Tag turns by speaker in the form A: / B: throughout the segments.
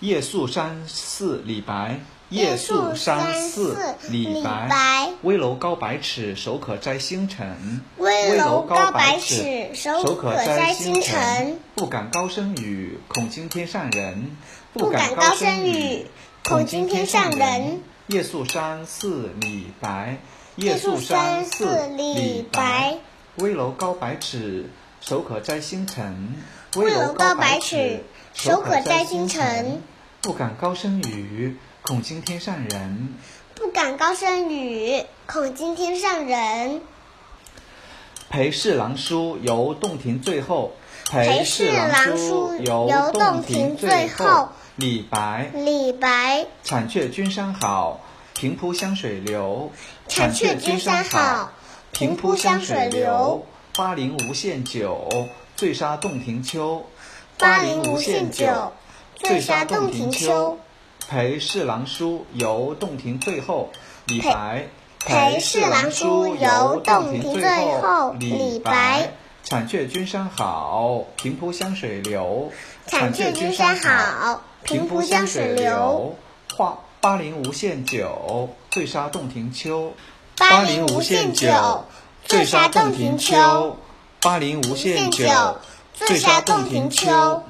A: 夜宿山寺李白，
B: 夜
A: 宿
B: 宿
A: 山
B: 山
A: 寺
B: 寺
A: 李
B: 李白
A: 危楼高百尺，手可摘星辰。
B: 危楼
A: 百
B: 高百尺，
A: 手
B: 手
A: 可
B: 可
A: 摘
B: 摘
A: 星
B: 星
A: 辰
B: 辰。
A: 不敢高声语，恐惊天上人。
B: 不敢高声语，恐惊天上人。
A: 夜宿山寺李白，
B: 夜宿山寺李白。
A: 危楼高百尺，手可摘星辰。
B: 危楼高百尺手可摘星辰。
A: 不敢高声语，恐惊天上人。
B: 不敢高声语，恐惊天上人。
A: 裴侍郎书由洞庭最后，
B: 裴侍郎
A: 书
B: 书
A: 由洞
B: 由洞庭
A: 最
B: 最后。
A: 李白，
B: 李白，
A: 产却君山好，平铺香水流。
B: 产却君山好，
A: 平铺香水流。巴陵无限酒，醉杀洞庭秋。
B: 巴陵无限酒，醉杀洞庭秋。
A: 裴侍郎书由洞庭最后，李
B: 裴
A: 白。
B: 裴侍郎书由洞庭最后
A: 李
B: 李白。
A: 产却君山好，平铺香水流。
B: 产却君山好，平
A: 平
B: 铺
A: 铺
B: 江
A: 香
B: 水
A: 水
B: 流。
A: 流。画巴陵无限酒，醉杀洞庭秋。
B: 巴陵无限酒，醉杀洞庭秋。。
A: 巴陵无限酒，
B: 醉杀洞庭秋。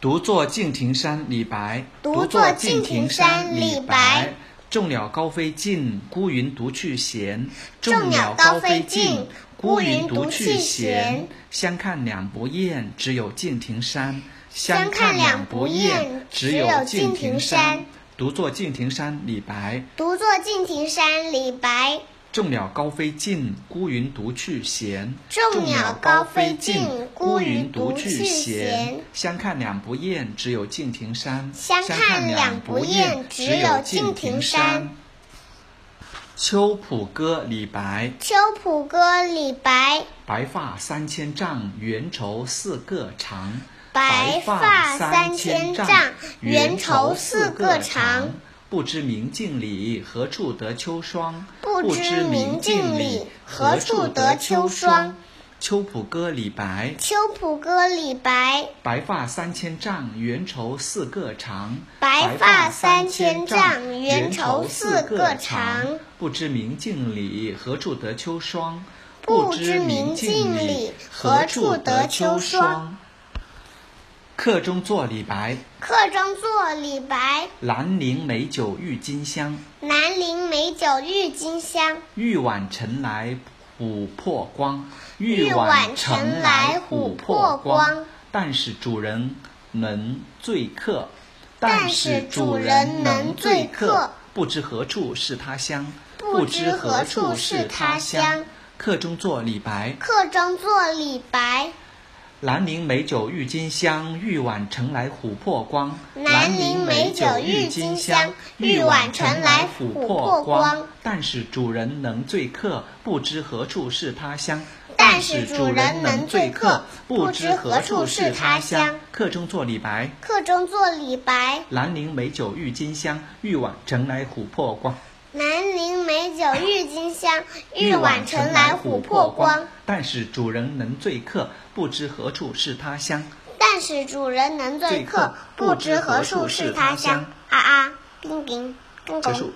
A: 独坐敬亭山，李白。
B: 独坐敬亭山李白。
A: 众鸟高飞尽，孤云独去闲。
B: 众鸟高飞尽
A: 孤
B: 孤
A: 云
B: 云
A: 独
B: 独
A: 去
B: 去
A: 闲
B: 闲。
A: 相看两不厌，只有敬亭山。
B: 相看两不厌
A: 只
B: 只有
A: 敬
B: 敬
A: 山
B: 亭山。
A: 独坐敬亭山，李白。
B: 独坐敬亭山，李白。
A: 众鸟高飞尽，孤云独去闲。
B: 众鸟高飞尽孤云独去
A: 闲
B: 闲。
A: 相看两不厌，只有敬亭山。
B: 相看两不厌只有敬亭山。
A: 《秋浦歌》李白：
B: 《秋浦歌》李白，
A: 白发三千丈，缘愁似个长。
B: 白发三千丈缘愁似个长。
A: 不知明镜里，何处得秋霜？
B: 不知明镜里何处得秋霜？
A: 《秋浦歌》李白：
B: 《秋浦歌》李白。
A: 白发三千丈，缘愁似个长。
B: 白发三千丈缘愁似个长。
A: 不知明镜里，何处得秋霜？
B: 不知明镜里何处得秋霜？
A: 客中作李白，
B: 客中作李白，
A: 兰陵美酒郁金香，
B: 兰陵美酒郁金香。
A: 玉碗盛来琥珀光，
B: 玉碗盛来琥珀光。
A: 但使主人能醉客，
B: 但使主人能醉客。
A: 不知何处是他乡，
B: 不知何处是他乡。
A: 客中作李白，
B: 客中作李白，
A: 兰陵美酒郁金香，玉碗盛来琥珀光。
B: 兰陵美酒郁金香玉碗盛来琥珀光。
A: 但使主人能醉客，不知何处是他乡。
B: 但使主人能醉客
A: 不知何处是他
B: 不知何处是他
A: 乡
B: 乡。
A: 客中作李白，
B: 客中作李白，
A: 兰陵美酒郁金香，玉碗盛来琥珀光。
B: 兰陵美酒郁金香，玉碗盛来琥珀光。。
A: 但使主人能醉客，不知何处是他乡。
B: 但使主人能醉客，不知何处是他乡。啊啊，叮叮，叮
A: 结
B: 咚
A: 束。。